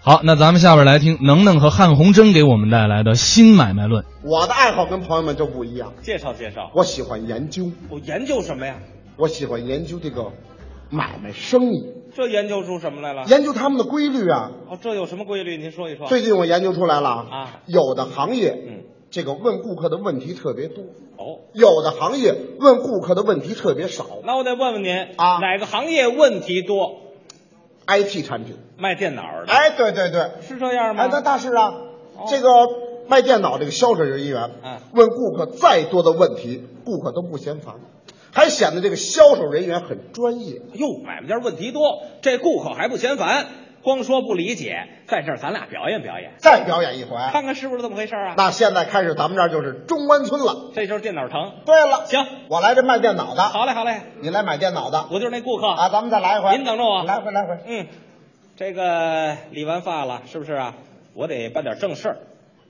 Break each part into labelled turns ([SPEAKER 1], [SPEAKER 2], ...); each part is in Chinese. [SPEAKER 1] 好，那咱们下边来听能能和汉红珍给我们带来的新买卖论。
[SPEAKER 2] 我的爱好跟朋友们就不一样，
[SPEAKER 3] 介绍介绍。
[SPEAKER 2] 我喜欢研究，
[SPEAKER 3] 我研究什么呀？
[SPEAKER 2] 我喜欢研究这个买卖生意，
[SPEAKER 3] 这研究出什么来了？
[SPEAKER 2] 研究他们的规律啊。
[SPEAKER 3] 哦，这有什么规律？您说一说。
[SPEAKER 2] 最近我研究出来了
[SPEAKER 3] 啊
[SPEAKER 2] 有的行业，
[SPEAKER 3] 嗯，
[SPEAKER 2] 这个问顾客的问题特别多；
[SPEAKER 3] 哦，
[SPEAKER 2] 有的行业问顾客的问题特别少。
[SPEAKER 3] 那我得问问您
[SPEAKER 2] 啊
[SPEAKER 3] 哪个行业问题多？
[SPEAKER 2] IT 产品，
[SPEAKER 3] 卖电脑的，，
[SPEAKER 2] 哎，对对对，
[SPEAKER 3] 啊是这样吗？
[SPEAKER 2] 哎，那大是啊，
[SPEAKER 3] 哦
[SPEAKER 2] 这个卖电脑这个销售人员，
[SPEAKER 3] 嗯
[SPEAKER 2] 问顾客再多的问题，顾客都不嫌烦，还显得这个销售人员很专业。
[SPEAKER 3] 哟，买卖家问题多，这顾客还不嫌烦，光说不理解，在这儿咱俩表演表演，
[SPEAKER 2] 再表演一回，
[SPEAKER 3] 看看是不是这么回事儿啊？
[SPEAKER 2] 哎那现在开始咱们这儿就是中关村了。
[SPEAKER 3] 这就是电脑城。
[SPEAKER 2] 对了，
[SPEAKER 3] 行，
[SPEAKER 2] 我来这卖电脑的，
[SPEAKER 3] 好嘞，好嘞，
[SPEAKER 2] 你来买电脑的
[SPEAKER 3] 我就是那顾客
[SPEAKER 2] 啊，。咱们再来一回。
[SPEAKER 3] 您等着我
[SPEAKER 2] 来回来回。
[SPEAKER 3] 嗯，这个理完发了，是不是啊？我得办点正事儿。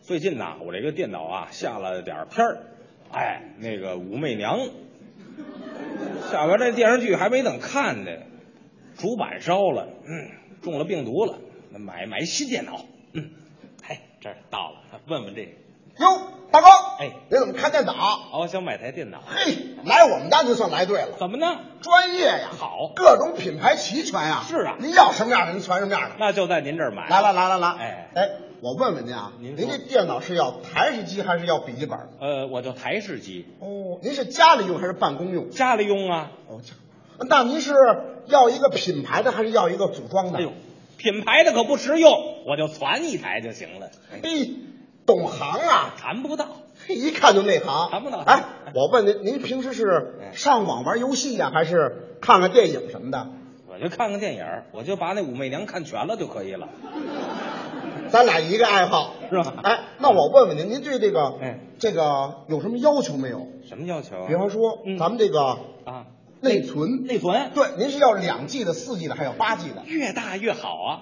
[SPEAKER 3] 最近呐，我这个电脑啊下了点片儿，哎，那个武媚娘，下边这电视剧还没等看呢，主板烧了，嗯，中了病毒了，那买买新电脑，嗯，哎，这儿到了，问问这个，
[SPEAKER 2] 哟，大哥，
[SPEAKER 3] 哎
[SPEAKER 2] 你怎么看电脑？
[SPEAKER 3] 哦，我想买台电脑，
[SPEAKER 2] 嘿，来我们家就算来对了，
[SPEAKER 3] 怎么呢？
[SPEAKER 2] 专业呀，
[SPEAKER 3] 好
[SPEAKER 2] 各种品牌齐全呀。
[SPEAKER 3] 是啊
[SPEAKER 2] 您要什么样的，您全什么样的。
[SPEAKER 3] 那就在您这儿买，
[SPEAKER 2] 来来来来来，
[SPEAKER 3] 哎
[SPEAKER 2] 哎，我问问您啊，
[SPEAKER 3] 您
[SPEAKER 2] 您
[SPEAKER 3] 说
[SPEAKER 2] 这电脑是要台式机还是要笔记本？
[SPEAKER 3] 呃，我就台式机，
[SPEAKER 2] 哦，您是家里用还是办公用？
[SPEAKER 3] 家里用啊，
[SPEAKER 2] 哦，这那您是要一个品牌的还是要一个组装的？
[SPEAKER 3] 哎呦，品牌的可不实用，我就攒一台就行了。
[SPEAKER 2] 嘿，哎懂行啊，
[SPEAKER 3] 谈不到，
[SPEAKER 2] 嘿一看就内行。
[SPEAKER 3] 谈不到
[SPEAKER 2] 哎，我问您，您平时是
[SPEAKER 3] 哎
[SPEAKER 2] 上网玩游戏呀、还是看看电影什么的？
[SPEAKER 3] 我就看看电影儿，我就把那武媚娘看全了就可以了。
[SPEAKER 2] 咱俩一个爱好
[SPEAKER 3] 是吧
[SPEAKER 2] 哎，那我问问您，您对这个，
[SPEAKER 3] 哎
[SPEAKER 2] 这个有什么要求没有？
[SPEAKER 3] 什么要求啊？
[SPEAKER 2] 比方说，
[SPEAKER 3] 嗯
[SPEAKER 2] 咱们这个
[SPEAKER 3] 啊，
[SPEAKER 2] 内存，
[SPEAKER 3] 内存
[SPEAKER 2] 对，您是要两 G 的、四 G 的，还有八 G 的？
[SPEAKER 3] 越大越好啊！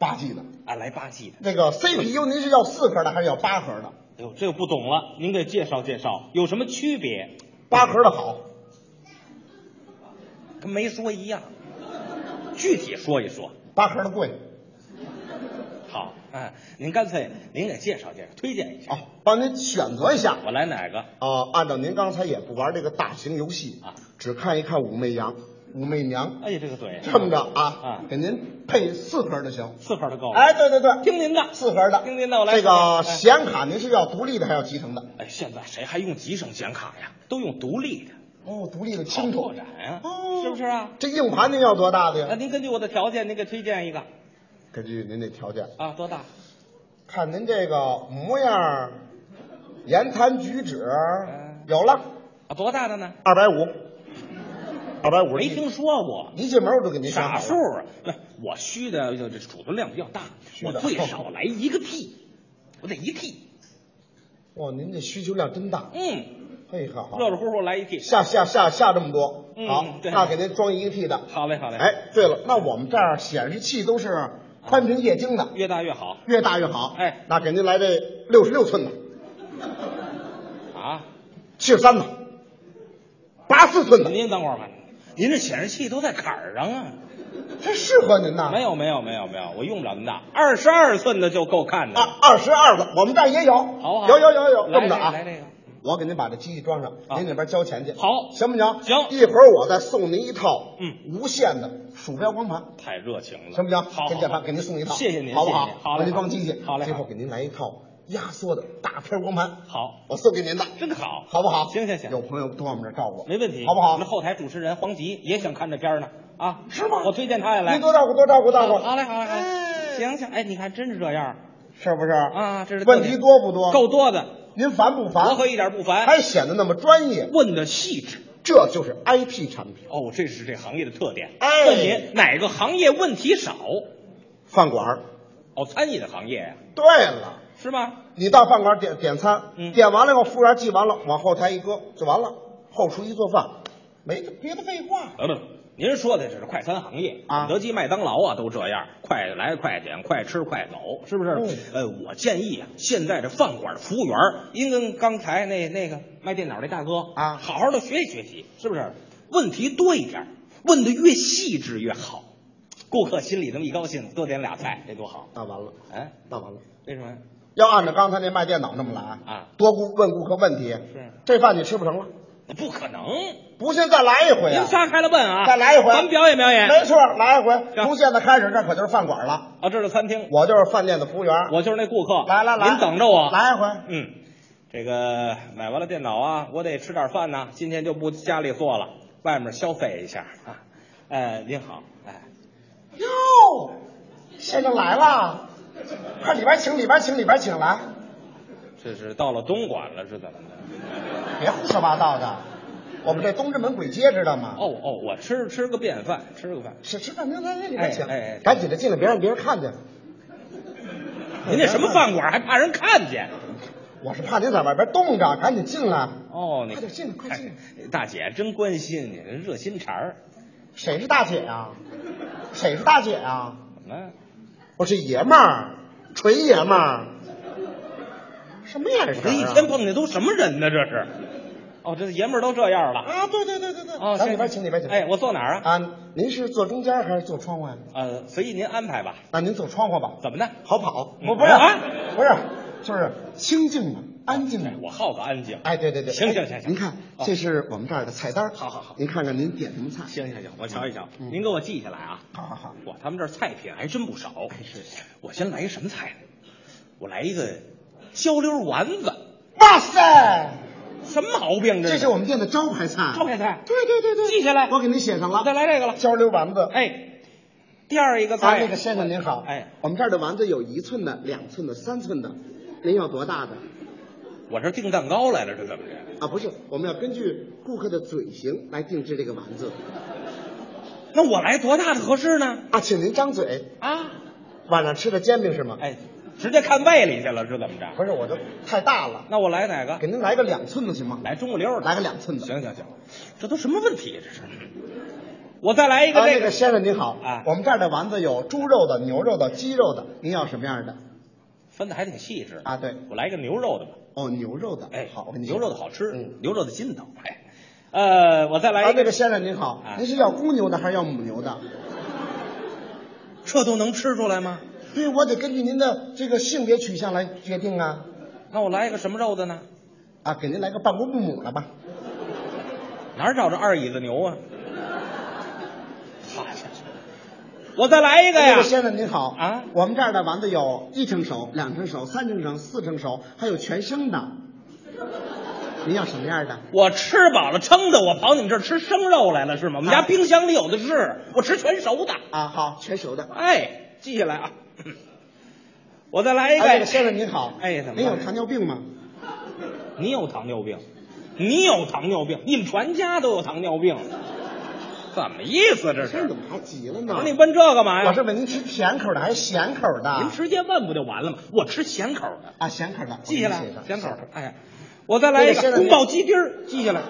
[SPEAKER 2] 八 G 的。
[SPEAKER 3] 啊，来八 G 的。
[SPEAKER 2] 那个 CPU 您是要四核的还是要八核的？
[SPEAKER 3] 哎呦，这个不懂了，您给介绍介绍，有什么区别？
[SPEAKER 2] 八核的好，
[SPEAKER 3] 跟没说一样，具体说一说。
[SPEAKER 2] 八核的贵。
[SPEAKER 3] 好，哎，您干脆您给介绍介绍，推荐一下，
[SPEAKER 2] 哦，帮您选择一下。
[SPEAKER 3] 我来哪个？
[SPEAKER 2] 啊，按照您刚才也不玩这个大型游戏
[SPEAKER 3] 啊，
[SPEAKER 2] 只看一看武媚娘，武媚娘
[SPEAKER 3] 哎呀，这个嘴，
[SPEAKER 2] 这么着啊，
[SPEAKER 3] 啊
[SPEAKER 2] 给您配四核就行。
[SPEAKER 3] 四块的够了。
[SPEAKER 2] 哎，对对对，
[SPEAKER 3] 听您的
[SPEAKER 2] 四核的，
[SPEAKER 3] 听您的我来
[SPEAKER 2] 这个
[SPEAKER 3] 哎
[SPEAKER 2] 显卡您是要独立的还是要集成的？
[SPEAKER 3] 哎，现在谁还用集成显卡呀？都用独立的，
[SPEAKER 2] 哦，独立的清
[SPEAKER 3] 好
[SPEAKER 2] 楚
[SPEAKER 3] 拓。展啊，
[SPEAKER 2] 哦
[SPEAKER 3] 是不是啊？呃
[SPEAKER 2] 这硬盘您要多大的
[SPEAKER 3] 那
[SPEAKER 2] 呀？
[SPEAKER 3] 您根据我的条件，您给推荐一个
[SPEAKER 2] 根据您这条件，
[SPEAKER 3] 啊，多大？
[SPEAKER 2] 看您这个模样、言谈举止
[SPEAKER 3] 嗯，
[SPEAKER 2] 有了
[SPEAKER 3] 啊，多大的呢？
[SPEAKER 2] 二百五，二百五
[SPEAKER 3] 没听说过，
[SPEAKER 2] 一进门我就给您算好
[SPEAKER 3] 傻
[SPEAKER 2] 了
[SPEAKER 3] 数啊！那我虚的就这储存量比较大，
[SPEAKER 2] 虚
[SPEAKER 3] 我
[SPEAKER 2] 的
[SPEAKER 3] 最少来一个 T，我得一 T。
[SPEAKER 2] 哇，哦您这需求量真大，
[SPEAKER 3] 嗯，
[SPEAKER 2] 嘿哈好，
[SPEAKER 3] 热热乎乎来一 T。
[SPEAKER 2] 下下下下这么多，
[SPEAKER 3] 嗯
[SPEAKER 2] 好，
[SPEAKER 3] 对
[SPEAKER 2] 那给您装一个 T 的。
[SPEAKER 3] 好嘞，好嘞，，
[SPEAKER 2] 哎，对了，那我们这儿显示器都是宽屏液晶的，
[SPEAKER 3] 越大越好
[SPEAKER 2] 越大越好。
[SPEAKER 3] 哎，
[SPEAKER 2] 那给您来这六十六寸的、
[SPEAKER 3] 啊！
[SPEAKER 2] 七十三的、八四寸的，
[SPEAKER 3] 您等会儿吧，您这显示器都在坎儿上啊！
[SPEAKER 2] 这适合您呐。
[SPEAKER 3] 没有，没有，没有，没有，我用不了那么大，二十二寸的就够看的。
[SPEAKER 2] 啊，二十二的，我们这儿也有，
[SPEAKER 3] 好好
[SPEAKER 2] 有有有有，
[SPEAKER 3] 来
[SPEAKER 2] 这么着啊，
[SPEAKER 3] 来这个
[SPEAKER 2] 我给您把这机器装上，
[SPEAKER 3] 啊
[SPEAKER 2] 您那边交钱去，
[SPEAKER 3] 好
[SPEAKER 2] 行不行？
[SPEAKER 3] 行
[SPEAKER 2] 一会儿我再送您一套，
[SPEAKER 3] 嗯，
[SPEAKER 2] 无线的鼠标光盘，
[SPEAKER 3] 太热情了，
[SPEAKER 2] 行不行？
[SPEAKER 3] 好，
[SPEAKER 2] 跟
[SPEAKER 3] 好
[SPEAKER 2] 键盘
[SPEAKER 3] 好
[SPEAKER 2] 给您送一套，
[SPEAKER 3] 谢谢您，
[SPEAKER 2] 好不
[SPEAKER 3] 谢谢
[SPEAKER 2] 好？
[SPEAKER 3] 您好嘞，
[SPEAKER 2] 我您
[SPEAKER 3] 好
[SPEAKER 2] 装机器，
[SPEAKER 3] 好嘞，
[SPEAKER 2] 最后
[SPEAKER 3] 好
[SPEAKER 2] 给您来一套压缩的大片光盘，
[SPEAKER 3] 好，
[SPEAKER 2] 我送给您的，
[SPEAKER 3] 真好，
[SPEAKER 2] 好不好？
[SPEAKER 3] 行行行
[SPEAKER 2] 有朋友都往我们这儿照顾，
[SPEAKER 3] 没问题，
[SPEAKER 2] 好不
[SPEAKER 3] 我们
[SPEAKER 2] 好？
[SPEAKER 3] 后台主持人黄吉也想看这片儿呢，啊，
[SPEAKER 2] 是吗
[SPEAKER 3] 我推荐他也来啊
[SPEAKER 2] 您。多照顾，多照顾，照顾，
[SPEAKER 3] 好嘞，好嘞，好
[SPEAKER 2] 哎
[SPEAKER 3] 嘞，行行，哎，你看真是这样
[SPEAKER 2] 是不是？
[SPEAKER 3] 啊，这是
[SPEAKER 2] 问题多不多？
[SPEAKER 3] 够多的，
[SPEAKER 2] 您烦不
[SPEAKER 3] 我
[SPEAKER 2] 烦？哎
[SPEAKER 3] 可一点不烦，
[SPEAKER 2] 还显得那么专业，
[SPEAKER 3] 问的细致。
[SPEAKER 2] 这就是 IP 产品。
[SPEAKER 3] 哦，这是这行业的特点。
[SPEAKER 2] 哎
[SPEAKER 3] 问您哪个行业问题少？
[SPEAKER 2] 饭馆儿
[SPEAKER 3] 哦，餐饮行业呀，
[SPEAKER 2] 对了。
[SPEAKER 3] 是吗？
[SPEAKER 2] 你到饭馆点点餐，
[SPEAKER 3] 嗯
[SPEAKER 2] 点完了以后，服务员记完了，往后台一搁就完了。后厨一做饭，没别的废话。
[SPEAKER 3] 等等，您说的这是快餐行业
[SPEAKER 2] 啊
[SPEAKER 3] 肯德基、麦当劳啊都这样，快来快点，快吃快走，是不是？
[SPEAKER 2] 嗯
[SPEAKER 3] 呃，我建议啊，现在这饭馆服务员儿应跟刚才那那个卖电脑那大哥
[SPEAKER 2] 啊
[SPEAKER 3] 好好的学习学习，是不是？问题多一点，问的越细致越好。顾客心里那么一高兴，多点俩菜，这多好。
[SPEAKER 2] 那完了，
[SPEAKER 3] 哎，
[SPEAKER 2] 那完了。
[SPEAKER 3] 为什么呀？
[SPEAKER 2] 要按照刚才那卖电脑那么来
[SPEAKER 3] 啊，
[SPEAKER 2] 多顾问顾客问题，
[SPEAKER 3] 是
[SPEAKER 2] 这饭你吃不成了，
[SPEAKER 3] 不可能！
[SPEAKER 2] 不信再来一回啊
[SPEAKER 3] 您！仨开了奔啊，
[SPEAKER 2] 再来一回
[SPEAKER 3] 咱们表演表演。
[SPEAKER 2] 没错，来一回，
[SPEAKER 3] 行
[SPEAKER 2] 从现在开始这可就是饭馆了，
[SPEAKER 3] 啊，这是餐厅，
[SPEAKER 2] 我就是饭店的服务员。
[SPEAKER 3] 我就是那顾客。
[SPEAKER 2] 来来来，
[SPEAKER 3] 您等着我。，
[SPEAKER 2] 来一回，
[SPEAKER 3] 嗯，这个买完了电脑啊，我得吃点饭呐、今天就不家里做了，外面消费一下啊。哎，您好，哎，
[SPEAKER 2] 哟，先生来了，快里边请，里边请，里边请，来，
[SPEAKER 3] 这是到了东莞了是怎么的？
[SPEAKER 2] 别胡说八道的，我们这东直门簋街知道吗？
[SPEAKER 3] 哦哦，我吃吃个便饭，吃个饭。
[SPEAKER 2] 是吃饭，来来来，里边请
[SPEAKER 3] 哎哎哎，
[SPEAKER 2] 赶紧的进来，别让别人看见。
[SPEAKER 3] 您这什么饭馆还怕人看见？
[SPEAKER 2] 我是怕您在外边冻着，赶紧进来。
[SPEAKER 3] 哦，你
[SPEAKER 2] 快点进来快进来
[SPEAKER 3] 哎大姐真关心你，热心肠儿。
[SPEAKER 2] 谁是大姐呀、谁是大姐呀、
[SPEAKER 3] 怎么了？
[SPEAKER 2] 我是爷们儿，纯爷们儿。什么眼神、
[SPEAKER 3] 这
[SPEAKER 2] 啊？
[SPEAKER 3] 一天碰见都什么人呢？这是？哦，这爷们儿都这样了。
[SPEAKER 2] 啊！对对对对对。
[SPEAKER 3] 哦，
[SPEAKER 2] 来
[SPEAKER 3] 行
[SPEAKER 2] 里边请，里边请。
[SPEAKER 3] 哎，我坐哪儿啊？
[SPEAKER 2] 啊，您是坐中间还是坐窗户呀、
[SPEAKER 3] 呃，随意您安排吧。
[SPEAKER 2] 那您坐窗户吧，
[SPEAKER 3] 怎么的？
[SPEAKER 2] 好跑。
[SPEAKER 3] 嗯
[SPEAKER 2] 不不是、
[SPEAKER 3] 啊
[SPEAKER 2] 不是，就是清静的、安静的。
[SPEAKER 3] 我好个安静。
[SPEAKER 2] 哎，对对对。
[SPEAKER 3] 行
[SPEAKER 2] 哎
[SPEAKER 3] 行行行
[SPEAKER 2] 您看，
[SPEAKER 3] 哦
[SPEAKER 2] 这是我们这儿的菜单儿。
[SPEAKER 3] 好好好
[SPEAKER 2] 您看看您点什么菜？
[SPEAKER 3] 行行行，我瞧一瞧，
[SPEAKER 2] 嗯
[SPEAKER 3] 您给我记下来啊。
[SPEAKER 2] 好好好。
[SPEAKER 3] 哇，他们这儿菜品还真不少。
[SPEAKER 2] 哎
[SPEAKER 3] 是， 我先来一什么菜呢？我来一个焦溜丸子，
[SPEAKER 2] 哇塞，
[SPEAKER 3] 什么毛病
[SPEAKER 2] 这是我们店的招牌菜。
[SPEAKER 3] 招牌菜，
[SPEAKER 2] 对对对对，
[SPEAKER 3] 记下来
[SPEAKER 2] 我给您写上了。
[SPEAKER 3] 再来这个了。
[SPEAKER 2] 焦溜丸子。
[SPEAKER 3] 哎，第二一个
[SPEAKER 2] 啊，
[SPEAKER 3] 菜，
[SPEAKER 2] 那个先生您好，
[SPEAKER 3] 哎，
[SPEAKER 2] 我们这儿的丸子有一寸的、两寸的、三寸的，您要多大的？
[SPEAKER 3] 我这儿订蛋糕来了，这怎么着？
[SPEAKER 2] 啊，不是，我们要根据顾客的嘴型来定制这个丸子。
[SPEAKER 3] 那我来多大的合适呢？
[SPEAKER 2] 啊，请您张嘴，
[SPEAKER 3] 啊，
[SPEAKER 2] 晚上吃的煎饼是吗？
[SPEAKER 3] 哎，直接看胃里去了，是怎么着？
[SPEAKER 2] 不是，我这太大了，
[SPEAKER 3] 那我来哪个
[SPEAKER 2] 给？您来个两寸的行吗？
[SPEAKER 3] 来中午溜的。
[SPEAKER 2] 来个两寸的。
[SPEAKER 3] 行行行，这都什么问题啊？这是。我再来一个
[SPEAKER 2] 啊，
[SPEAKER 3] 这
[SPEAKER 2] 那
[SPEAKER 3] 个
[SPEAKER 2] 个先生您好，
[SPEAKER 3] 啊
[SPEAKER 2] 我们这儿的丸子有猪肉的、牛肉的、鸡肉的，您要什么样的？
[SPEAKER 3] 分的还挺细致的
[SPEAKER 2] 啊对
[SPEAKER 3] 我来一个牛肉的吧。
[SPEAKER 2] 哦，牛肉的，
[SPEAKER 3] 哎，
[SPEAKER 2] 好，我给您
[SPEAKER 3] 牛肉的好吃，
[SPEAKER 2] 嗯
[SPEAKER 3] 牛肉的筋道。哎，呃，我再来
[SPEAKER 2] 啊
[SPEAKER 3] 一，
[SPEAKER 2] 那
[SPEAKER 3] 个，
[SPEAKER 2] 个先生您好
[SPEAKER 3] 啊，
[SPEAKER 2] 您是要公牛的还是要母牛的？
[SPEAKER 3] 这都能吃出来吗？
[SPEAKER 2] 对，我得根据您的这个性别取向来决定啊。
[SPEAKER 3] 那我来一个什么肉的呢？
[SPEAKER 2] 啊，给您来个半公不母的吧。
[SPEAKER 3] 哪儿找这二椅子牛啊？ 好家伙！我再来一个呀
[SPEAKER 2] 那！哎先生您好
[SPEAKER 3] 啊
[SPEAKER 2] 我们这儿的丸子有一成熟、两成熟、三成熟、四成熟，还有全生的。您要什么样的？
[SPEAKER 3] 我吃饱了撑的，我跑你们这儿吃生肉来了是吗？我们家
[SPEAKER 2] 啊
[SPEAKER 3] 冰箱里有的是，我吃全熟的。
[SPEAKER 2] 啊，好，全熟的。
[SPEAKER 3] 哎，记下来啊！我再来一
[SPEAKER 2] 哎，
[SPEAKER 3] 啊个。
[SPEAKER 2] 那个先生您好，
[SPEAKER 3] 哎怎么了
[SPEAKER 2] 您有糖尿病吗？
[SPEAKER 3] 你有糖尿病，你有糖尿病，你们全家都有糖尿 病，怎么意思这
[SPEAKER 2] 先生
[SPEAKER 3] 是
[SPEAKER 2] 怎？么还急了
[SPEAKER 3] 我
[SPEAKER 2] 呢
[SPEAKER 3] 说？你问这干嘛
[SPEAKER 2] 我
[SPEAKER 3] 呀
[SPEAKER 2] 是？问您吃甜口的还是咸口的？
[SPEAKER 3] 您直接问不就完了吗？我吃咸口的，
[SPEAKER 2] 啊，咸口的，
[SPEAKER 3] 记下来
[SPEAKER 2] 我给您上，
[SPEAKER 3] 咸口的。哎，我再来一
[SPEAKER 2] 那个
[SPEAKER 3] 个
[SPEAKER 2] 先生
[SPEAKER 3] 宫保鸡丁儿，记下来。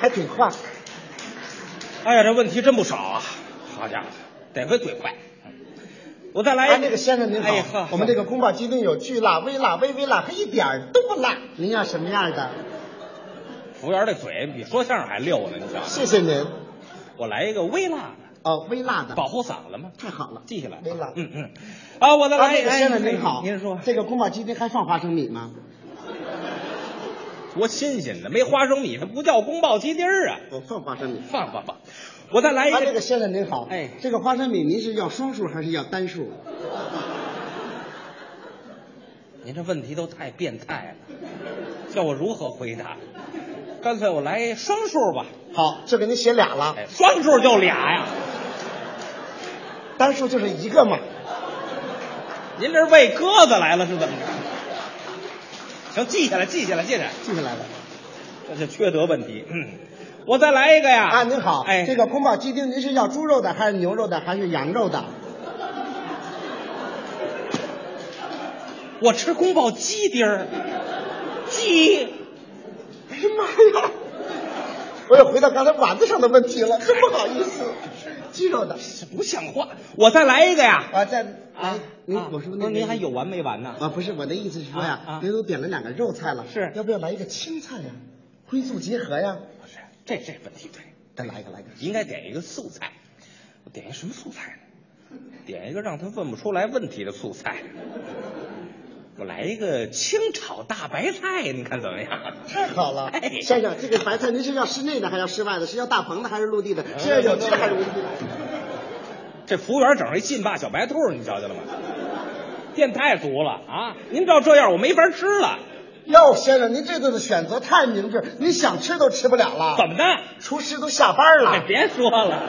[SPEAKER 2] 还挺快。
[SPEAKER 3] 哎呀，这问题真不少啊！好家伙，得亏嘴快。我再来
[SPEAKER 2] 哎，
[SPEAKER 3] 一
[SPEAKER 2] 那个先生您
[SPEAKER 3] 哎呵
[SPEAKER 2] 好，我们这个宫保鸡丁有巨辣、微辣、微微辣，还一点儿都不辣。您要什么样的？
[SPEAKER 3] 服务员这嘴比说相声还溜呢，你想想。
[SPEAKER 2] 谢谢您。
[SPEAKER 3] 我来一个微辣的，
[SPEAKER 2] 哦，微辣的，
[SPEAKER 3] 保护嗓子嘛，
[SPEAKER 2] 太好了，
[SPEAKER 3] 记下来。
[SPEAKER 2] 微辣。
[SPEAKER 3] 嗯嗯。啊，我再
[SPEAKER 2] 啊，
[SPEAKER 3] 来
[SPEAKER 2] 那
[SPEAKER 3] 一
[SPEAKER 2] 个
[SPEAKER 3] 个。
[SPEAKER 2] 先
[SPEAKER 3] 哎
[SPEAKER 2] 生您好，
[SPEAKER 3] 您说。
[SPEAKER 2] 这个宫保鸡丁还放花生米吗？
[SPEAKER 3] 多新鲜的，没花生米它不叫宫保鸡丁儿啊！
[SPEAKER 2] 我哦放花生米。
[SPEAKER 3] 放放放，我再来一
[SPEAKER 2] 啊，那
[SPEAKER 3] 个，
[SPEAKER 2] 个先生您好，
[SPEAKER 3] 哎
[SPEAKER 2] 这个花生米您是要双数还是要单数？
[SPEAKER 3] 您这问题都太变态了，叫我如何回答？干脆我来双数吧，
[SPEAKER 2] 好，就给您写俩了，
[SPEAKER 3] 哎，双数就俩呀！
[SPEAKER 2] 单数就是一个嘛。
[SPEAKER 3] 您这是喂鸽子来了是怎么着？行，记下来，记下来，记下来，
[SPEAKER 2] 记下来了。
[SPEAKER 3] 这是缺德问题。 嗯，我再来一个呀！
[SPEAKER 2] 啊，您好，
[SPEAKER 3] 哎，
[SPEAKER 2] 这个宫保鸡丁您是要猪肉的还是牛肉的还是羊肉的？
[SPEAKER 3] 我吃宫保鸡丁儿，鸡
[SPEAKER 2] 哎呀妈呀！ 我又回到刚才丸子上的问题了，真不好意思。鸡肉的，
[SPEAKER 3] 这不像话。我再来一个呀！
[SPEAKER 2] 啊，再
[SPEAKER 3] 啊
[SPEAKER 2] 哎，您
[SPEAKER 3] 啊
[SPEAKER 2] 我说
[SPEAKER 3] 不
[SPEAKER 2] 那
[SPEAKER 3] 是您
[SPEAKER 2] 个
[SPEAKER 3] 还有完没完呢？
[SPEAKER 2] 啊，不是我的意思是说
[SPEAKER 3] 啊啊
[SPEAKER 2] 呀，您都点了两个肉菜了，
[SPEAKER 3] 是
[SPEAKER 2] 要不要来一个青菜呀？荤素结合呀？
[SPEAKER 3] 不是，这这问题对，
[SPEAKER 2] 再来一个，来一个
[SPEAKER 3] 应该点一个素菜。我点一什么素菜呢？点一个让他问不出来问题的素菜。我来一个清炒大白菜，你看怎么样？
[SPEAKER 2] 太好了
[SPEAKER 3] 哎，呀
[SPEAKER 2] 先生，这个白菜您是要室内的还是要室外的？是要大棚的还是陆地
[SPEAKER 3] 哎
[SPEAKER 2] 的？是要有机的还是无机的？
[SPEAKER 3] 这服务员整一劲霸小白兔，你瞧见了吗？店太足了啊！您照这样我没法吃了，
[SPEAKER 2] 哟，先生，您这顿的选择太明智，您想吃都吃不了了。
[SPEAKER 3] 怎么的？
[SPEAKER 2] 厨师都下班
[SPEAKER 3] 哎，
[SPEAKER 2] 了，
[SPEAKER 3] 别说了，